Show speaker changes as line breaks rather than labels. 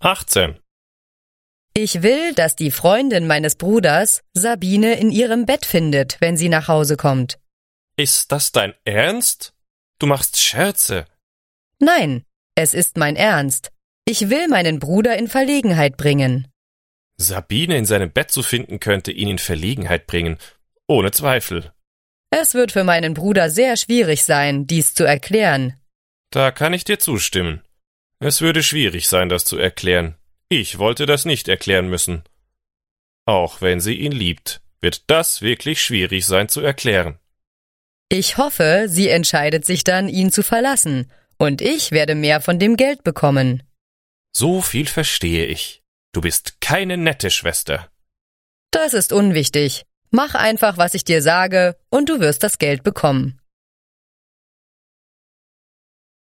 achtzehn
Ich will, dass die Freundin meines Bruders Sabine in ihrem Bett findet, wenn sie nach Hause kommt.
Ist das dein Ernst? Du machst Scherze.
Nein, es ist mein Ernst. Ich will meinen Bruder in Verlegenheit bringen.
Sabine in seinem Bett zu finden könnte ihn in Verlegenheit bringen. Ohne Zweifel.
Es wird für meinen Bruder sehr schwierig sein, dies zu erklären.
Da kann ich dir zustimmen. Es würde schwierig sein, das zu erklären. Ich wollte das nicht erklären müssen. Auch wenn sie ihn liebt, wird das wirklich schwierig sein zu erklären.
Ich hoffe, sie entscheidet sich dann, ihn zu verlassen, und ich werde mehr von dem Geld bekommen.
So viel verstehe ich. Du bist keine nette Schwester.
Das ist unwichtig. Mach einfach, was ich dir sage, und du wirst das Geld bekommen.